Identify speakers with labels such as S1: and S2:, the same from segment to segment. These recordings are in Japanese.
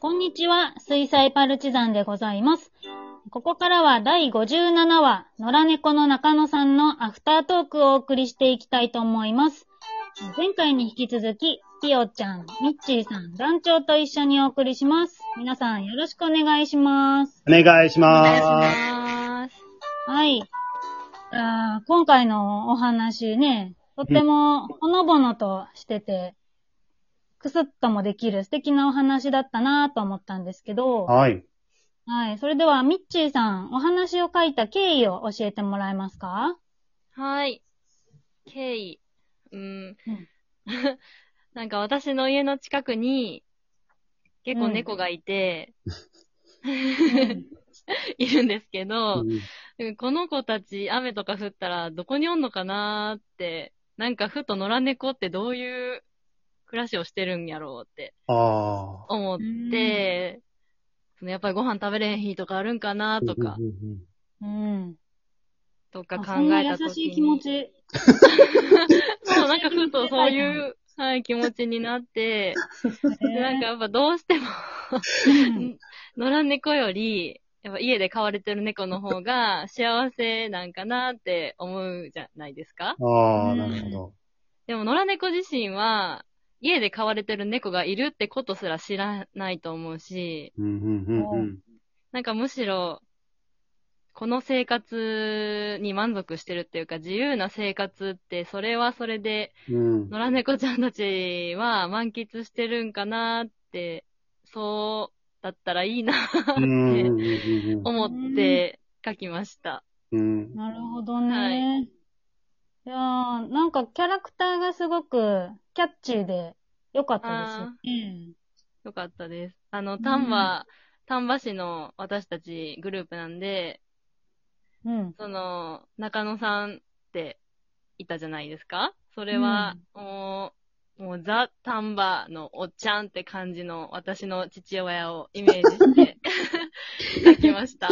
S1: こんにちは、水彩パルチザンでございます。ここからは第57話、野良猫の中野さんのアフタートークをお送りしていきたいと思います。前回に引き続き、ピオちゃん、ミッチーさん、団長と一緒にお送りします。皆さんよろしくお願いします。
S2: お願いし
S3: お願いし
S2: ます。
S3: ます。
S1: はい。あー今回のお話ね、とってもほのぼのとしてて、くすっともできる素敵なお話だったなぁと思ったんですけど、
S2: はい。
S1: はい。それでは、ミッチーさん、お話を書いた経緯を教えてもらえますか
S3: はい。経緯。うん
S1: うん。
S3: なんか私の家の近くに、結構
S1: うん
S3: 猫がいて、
S1: うん
S3: いるんですけど、
S2: うん
S3: この子たち雨とか降ったらどこにおんのかなーって、なんかふと野良猫ってどういう暮らしをしてるんやろうって
S2: ああ。
S3: 思って、そのやっぱりご飯食べれへん日とかあるんかなーとか
S2: うん、うん
S1: うん。
S3: とか
S1: あ
S3: 考
S1: そんな
S3: えた
S1: 優
S3: 時に。
S1: しい気持ち。
S3: そう、なんかふとそういう、はい、気持ちになって、でなんかやっぱどうしても、
S1: うん
S3: 野良猫より、やっぱ家で飼われてる猫の方が 幸せなんかなって思うじゃないですか
S2: うん。あ
S1: う
S2: あ、
S1: ん
S2: なるほど。
S3: でも野良猫自身は、家で飼われてる猫がいるってことすら知らないと思うし、
S2: うんうんうんうん。
S3: なんかむしろ、この生活に満足してるっていうか、自由な生活って、それはそれで
S2: うん。
S3: 野良猫ちゃんたちは満喫してるんかなって、そうだったらいいな
S2: う
S3: っ
S2: んう
S3: て
S2: んうん
S3: 思って書きました。
S2: うん。
S1: なるほどね。
S3: はい
S1: い、やーなんかキャラクターがすごくキャッチーで良かったですよね。
S3: よかったです。あ
S1: ん
S3: の、丹波、丹波市の私たちグループなんで、
S1: うん。
S3: その、中野さんっていたじゃないですかそれは、もう、もうザ・丹波のおっちゃんって感じの私の父親をイメージして 書きました。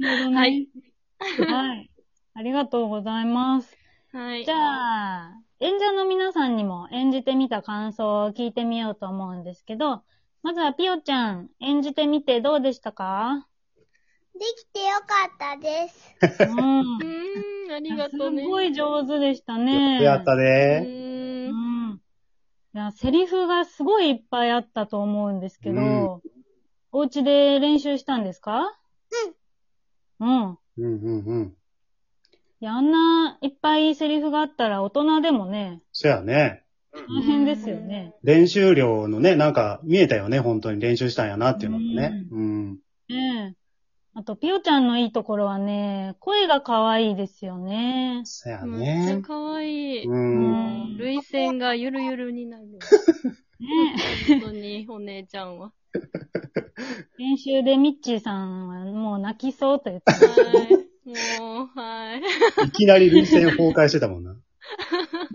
S1: なるほどね。
S3: はい。
S1: はい。ありがとうございます。
S3: はい。
S1: じゃあ、演者の皆さんにも演じてみた感想を聞いてみようと思うんですけど、まずはピオちゃん、演じてみてどうでしたか
S4: できてよかったです。
S1: うん。
S3: うーん、 あ
S1: い
S3: り
S1: や
S3: が
S1: す
S3: とうね。
S1: ごい上手でした
S2: よ
S1: ね。
S2: くやった
S3: う
S2: ね。
S3: ー。
S1: うんん。いや、セリフがすごいいっぱいあったと思うんですけど、
S2: うん
S1: お家で練習したんですかうん。うん。
S2: うんうんうん。
S1: いや、あんないっぱいセリフがあったら大人でもね、
S2: そやね。
S1: 大変ですよね。
S2: 練習量のね、なんか見えたよね、本当に練習したんやなっていうのもね。うん。
S1: ねえ。あと、ピオちゃんのいいところはね、声が可愛いですよね。
S2: そや
S3: めっ
S2: ね
S3: ちゃ。かわいい。
S2: う。
S1: うんん
S3: 涙腺がゆるゆるになる。
S1: ねえ
S3: 本当に、お姉ちゃんは。
S1: 練習でミッチーさんはもう泣きそうと言って た。
S3: はい。もう、はい。
S2: いきなり涙腺崩壊してたもんな。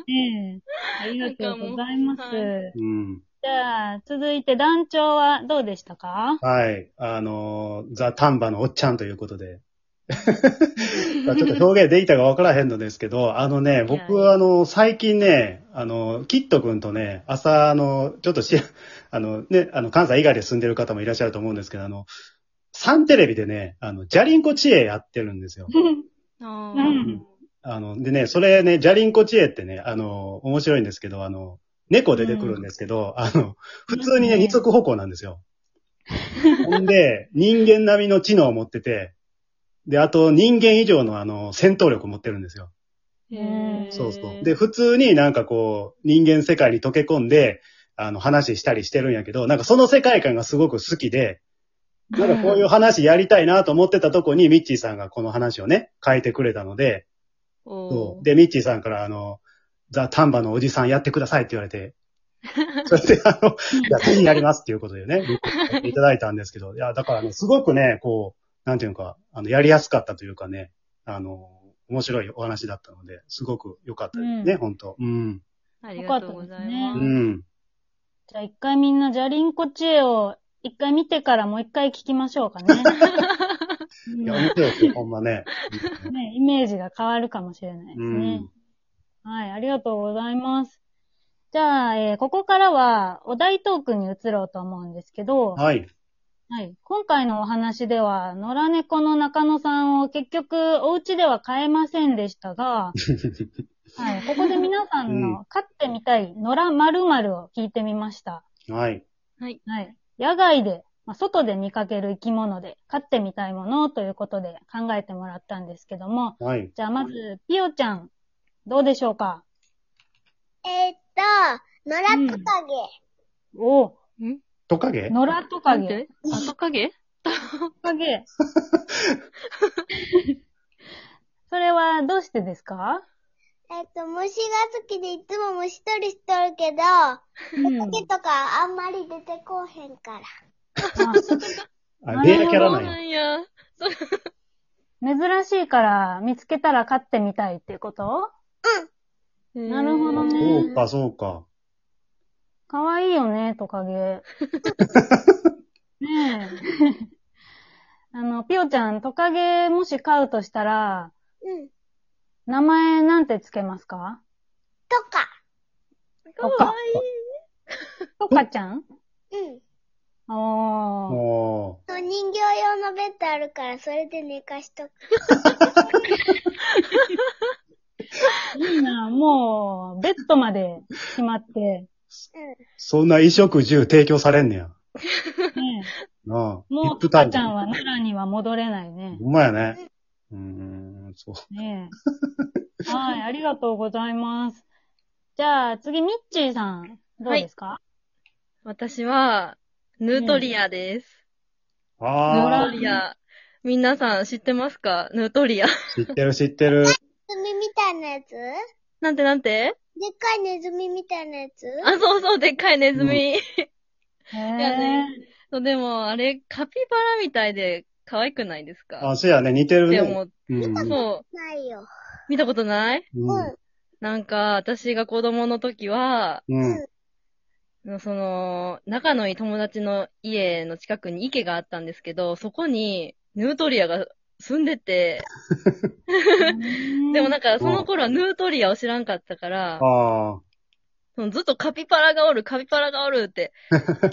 S1: ねえ。ありがとうございます。
S3: なんかもうは
S2: うん。
S1: じゃあ、続いて団長はどうでしたか
S2: はい。あのー、ザ・タンバのおっちゃんということで。 まあちょっと表現できたか分からへんのですけど、あのね、僕はあの、最近ね、あの、キット君とね、朝、あの、ちょっとし、 あのね、あの、関西以外で住んでる方もいらっしゃると思うんですけど、あの、サンテレビでね、あの、ジャリンコ知恵やってるんですよ。
S3: あ
S1: う
S3: ー
S1: ん
S2: あの、でね、それね、ジャリンコ知恵ってね、あの、面白いんですけど、あの、猫出てくるんですけど、あの、普通にね、二足歩行なんです よ。ほんで、人間並みの知能を持ってて、で、あと人間以上のあの、戦闘力を持ってるんですよ。
S3: へー
S2: そうそう。で、普通になんかこう、人間世界に溶け込んで、あの、話したりしてるんやけど、なんかその世界観がすごく好きで、なんかこういう話やりたいなと思ってたとこに、ミッチーさんがこの話をね、書いてくれたので、
S3: お
S2: そう
S3: ー
S2: で、ミッチーさんからあの、ザ・タンバのおじさんやってくださいって言われて、そしてあの、いや、次やりますっていうことでね、いただいたんですけど、いや、だからね、すごくね、こう、なんていうのか、あの、やりやすかったというかね、あの、面白いお話だったので、すごく良かったですね、
S1: うん
S2: 本当うん。
S3: ありがとうございま
S2: う
S1: う
S3: す。
S2: ん。
S1: じゃあ一回みんなじゃりんこ知恵を一回見てからもう一回聞きましょうか ね。うん
S2: いや、面白いですよ、ほんまね。
S1: ね、イメージが変わるかもしれないです
S2: う
S1: ね
S2: ん。。
S1: はい、ありがとうございます。じゃあ、えーここからはお題トークに移ろうと思うんですけど、
S2: はい。
S1: はい。今回のお話では、野良猫の中野さんを結局お家では飼えませんでした が、はい。ここで皆さん
S2: う
S1: の飼ってみたい野良〇〇を聞いてみました。
S2: はい。
S1: はい。野外で、まあ、外で見かける生き物で飼ってみたいものということで考えてもらったんですけども、
S2: はい。
S1: じゃあまず、ピオちゃん、どうでしょうか
S4: えーっと、野良トカゲ。
S1: おお、
S3: ん
S2: トカゲ
S1: 野良トカ
S3: なん
S1: ゲ。
S3: てあ、トカゲ
S1: トカ ゲ。それはどうしてですか
S4: えーっと、虫が好きでいつも虫取りしとるけど、ト
S1: うん
S4: カゲとかあんまり出てこうへんから。
S1: あ
S2: あ、レアキャラ
S3: そ
S2: な
S3: うんな
S2: や。
S3: んや。
S1: 珍しいから見つけたら飼ってみたいってことなるほどね
S2: そうか、そうか。
S1: かわいいよね、トカゲ。ねえ。 あの、ピオちゃん、トカゲもし飼うとしたら、
S4: うん。
S1: 名前なんてつけますか
S4: とか。
S3: かわ
S1: トカちゃん
S4: うん。
S1: おー。
S2: お
S4: の人形用のベッドあるから、それで寝かしとく。
S1: いいな、もう、ベッドまでしまって。
S2: そんな衣食住提供されんねや。
S1: ね
S2: なあ。
S1: え、もう、
S2: ヒッ
S1: ト
S2: プタ
S1: カ
S2: イム
S1: ちゃんは奈良には戻れないね。
S2: ほんまやね。うーん、そう。
S1: ねえ。はい、ありがとうございます。じゃあ、次、ミッチーさん、どうですか、
S3: 私は、ヌートリアです。ヌー
S2: あ
S3: トリア。皆さん知ってますかヌートリア。
S2: あ、知ってる知ってる。
S4: ネズミみたいなやつで
S3: なんてなんて
S4: っかいネズミみたいなやつ
S3: あ、そうそう、でっかいネズミ。
S1: へ
S3: いやねそうでも、あれ、カピバラみたいで可愛くないですか
S2: あ、そうやね、似てる
S3: って
S2: ね。
S3: 思っ
S2: うん。
S3: て。そう。
S4: ないよ。
S3: 見たことない
S2: うん。
S3: なんか、私が子供の時は、
S2: うん。
S3: その、仲のいい友達の家の近くに池があったんですけど、そこにヌートリアが住んでて、でもなんか、その頃はヌートリアを知らんかったから、
S2: ああ、
S3: そのずっとカピバラがおる、カピバラがおる って。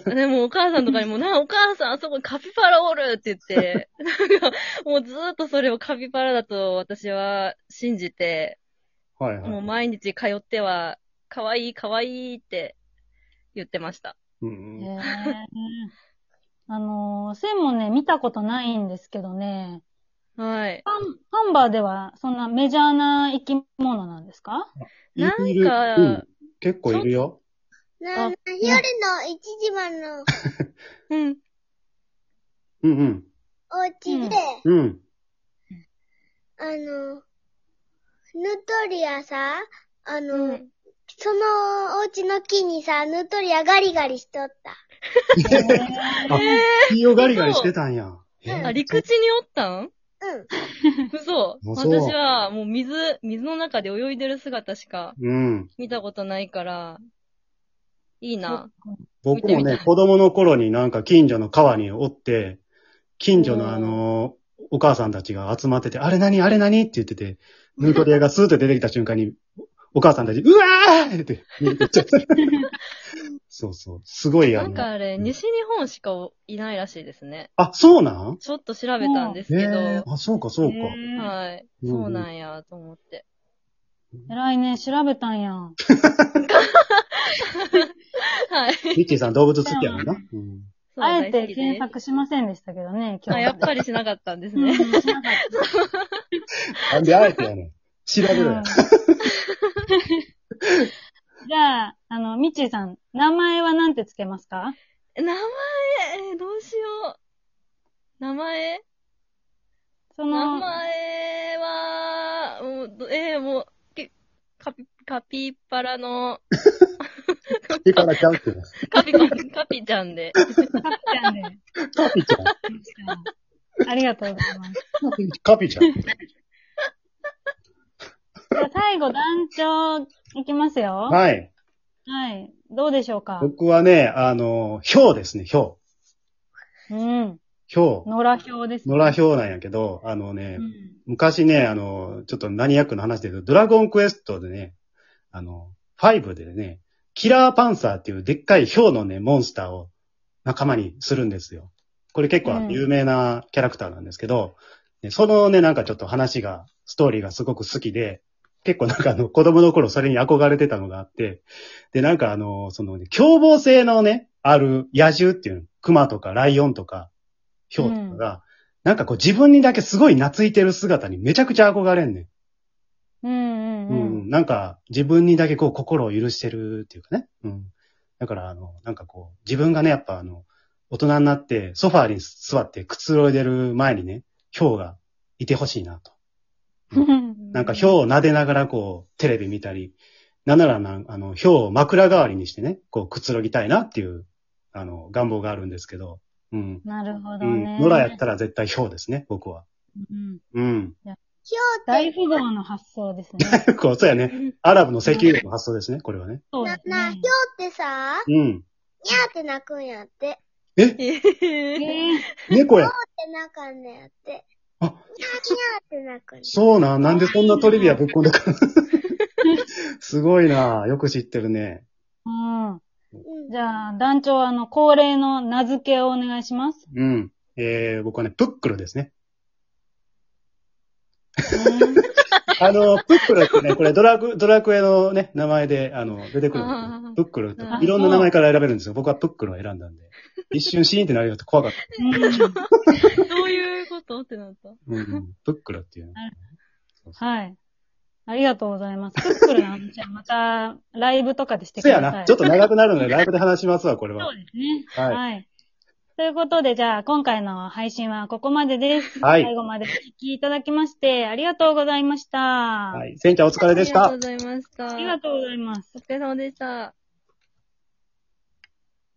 S3: でもお母さんとかにも、なあ、お母さん、あそこにカピバラおるって言って、なんか、もうずっとそれをカピバラだと私は信じて、
S2: はいはい。
S3: もう毎日通っては、かわいい、かわいいって言ってました。
S2: うんうん
S1: へえあのー、線もね、見たことないんですけどね、
S3: はい。
S1: ハンハンバーではそんなメジャーな生き物なんですか
S3: なんか
S2: いるうん結構いるよ。
S4: な
S3: あ
S4: な夜の一時までの
S3: うん。
S2: うん
S4: お家で、
S2: うん。うん。
S4: あの、ヌートリアさ、あの、
S3: うん
S4: そのお家の木にさ、ヌートリアガリガリしとった。
S2: あ、火をガリガリしてたんや。え
S3: あ、陸地におったん
S4: うん。
S3: 嘘。
S2: あそう
S3: 私はもう水、水の中で泳いでる姿しか
S2: うん。
S3: 見たことないから、いいな。
S2: 僕
S3: 見
S2: も
S3: てみ
S2: ね、
S3: たい
S2: 子供の頃になんか近所の川におって、近所
S3: おー
S2: のあの、お母さんたちが集まってて、あれ何あれ何って言ってて、ヌートリアがスーって出てきた瞬間に、お母さんたち、うわー って言って逃げてっちゃった。そうそう。すごいあ
S3: なんか
S2: の。
S3: あれ、西日本しかいないらしいですね。
S2: あ、そうなん
S3: ちょっと調べたんですけど、
S2: えー、あ、そうかそうか。
S1: え
S3: はい。
S2: うん
S3: そうなんや、と思って。
S1: らいね、調べたんやん。
S3: はい。
S2: ミッキーさん動物好きやもん な。うん
S3: そう
S1: あえ
S3: 大
S1: て
S3: 好き
S1: 検
S3: で
S1: 索しませんでしたけどね、
S3: す。
S1: 今
S3: あ、
S1: 日。
S3: やっぱりしなかったんです
S1: うん
S3: ね。
S1: しなかっ
S2: なんであえてやねん。調べ
S1: た
S2: ろ
S1: うん
S2: や。
S1: じゃあ、あの、ミッチーさん、名前は何てつけますか
S3: 名前、えーどうしよう。名前
S1: そ
S3: 名
S1: の、
S3: 前は、もうどえーもう、けカピ、カピパラ の、
S2: カピバラちゃうってな。
S3: カピ、カピちゃんで。
S1: カピちゃんで。
S2: カピちゃ ん。
S1: ありがとうございます。
S2: カピちゃん。
S1: じゃあ最後、団長、いきますよ。
S2: はい。
S1: はい。どうでしょうか
S2: 僕はね、あの、ヒョウですね、ヒョ
S1: う
S2: ウ。
S1: ん。
S2: ヒョウ。
S1: 野良表です、
S2: 野良ヒョウなんやけど、あのね、
S1: うん
S2: 昔ね、あの、ちょっと何役の話で言うと、ドラゴンクエストでね、あの、5でね、キラーパンサーっていうでっかいヒョウのね、モンスターを仲間にするんですよ。これ結構あ
S1: うん
S2: の有名なキャラクターなんですけど、ねそのね、なんかちょっと話が、ストーリーがすごく好きで、結構なんかあの、子供の頃それに憧れてたのがあって、で、なんかあの、そのね、凶暴性のね、ある野獣っていうの、熊とかライオンとか、ヒョウとかが、なんかこう自分にだけすごい懐いてる姿にめちゃくちゃ憧れんねん。
S1: うんう
S2: うん
S1: うん。
S2: ん、なんか、自分にだけこう、心を許してるっていうかね。うん。だから、あの、なんかこう、自分がね、やっぱあの、大人になって、ソファーに座ってくつろいでる前にね、ヒョウがいてほしいなと。 なんか、ヒョウを撫でながらこう、テレビ見たり、なんならなん、あの、ヒョウを枕代わりにしてね、こう、くつろぎたいなっていう、あの、願望があるんですけど、うん。
S1: なるほ
S2: う
S1: ど
S2: ん。
S1: ね。
S2: 野良やったら絶対ヒョウですね、僕は。
S1: うん
S2: うん。
S1: 大富豪の発想ですね。
S2: こう、そうやね。アラブの石油力の発想ですね、これはね。
S1: そうです
S4: な、な、
S1: ね
S4: ひょう。ってさ、
S2: うん。
S4: にゃーって泣くんやって。っ
S1: え
S3: え
S1: ー
S2: 猫や。
S4: て泣かんのやって。
S2: あ
S4: にゃーにゃーって泣くんだ。
S2: そうなん、なんでそんなトリビアぶっこん でくるすごいなよく知ってるね。
S1: うん。
S4: うん。
S1: じゃあ、団長、あの、恒例の名付けをお願いします。
S2: うん。えー、僕はね、プックルですね。あの、プックルってね、これドラク、ドラクエのね、名前で、あの、出てくるんですよ
S3: あー
S2: プックルって
S3: あ、
S2: いろんな名前から選べるんですよ。僕はプックルを選んだんで。一瞬シーンってなるよって怖かった。
S1: うん
S3: ー、どういうことってなった。
S2: うんうん、プックルっていうの。
S1: はい。ありがとうございます。クックルの話はまた、ライブとかでしてく
S2: そうや
S1: ださ
S2: な。
S1: い。
S2: ちょっと長くなるので、ライブで話しますわ、これ
S1: そ
S2: は
S1: う。ですね。
S2: はい
S1: はい。ということで、じゃあ、今回の配信はここまでです。
S2: はい
S1: 最後までお聞きいただきまして、ありがとうございました。
S2: はい。せんちゃんお疲れでし
S3: あ
S2: た
S3: り。がとうございました。
S1: ありがとうございます。
S3: お疲れ様でした。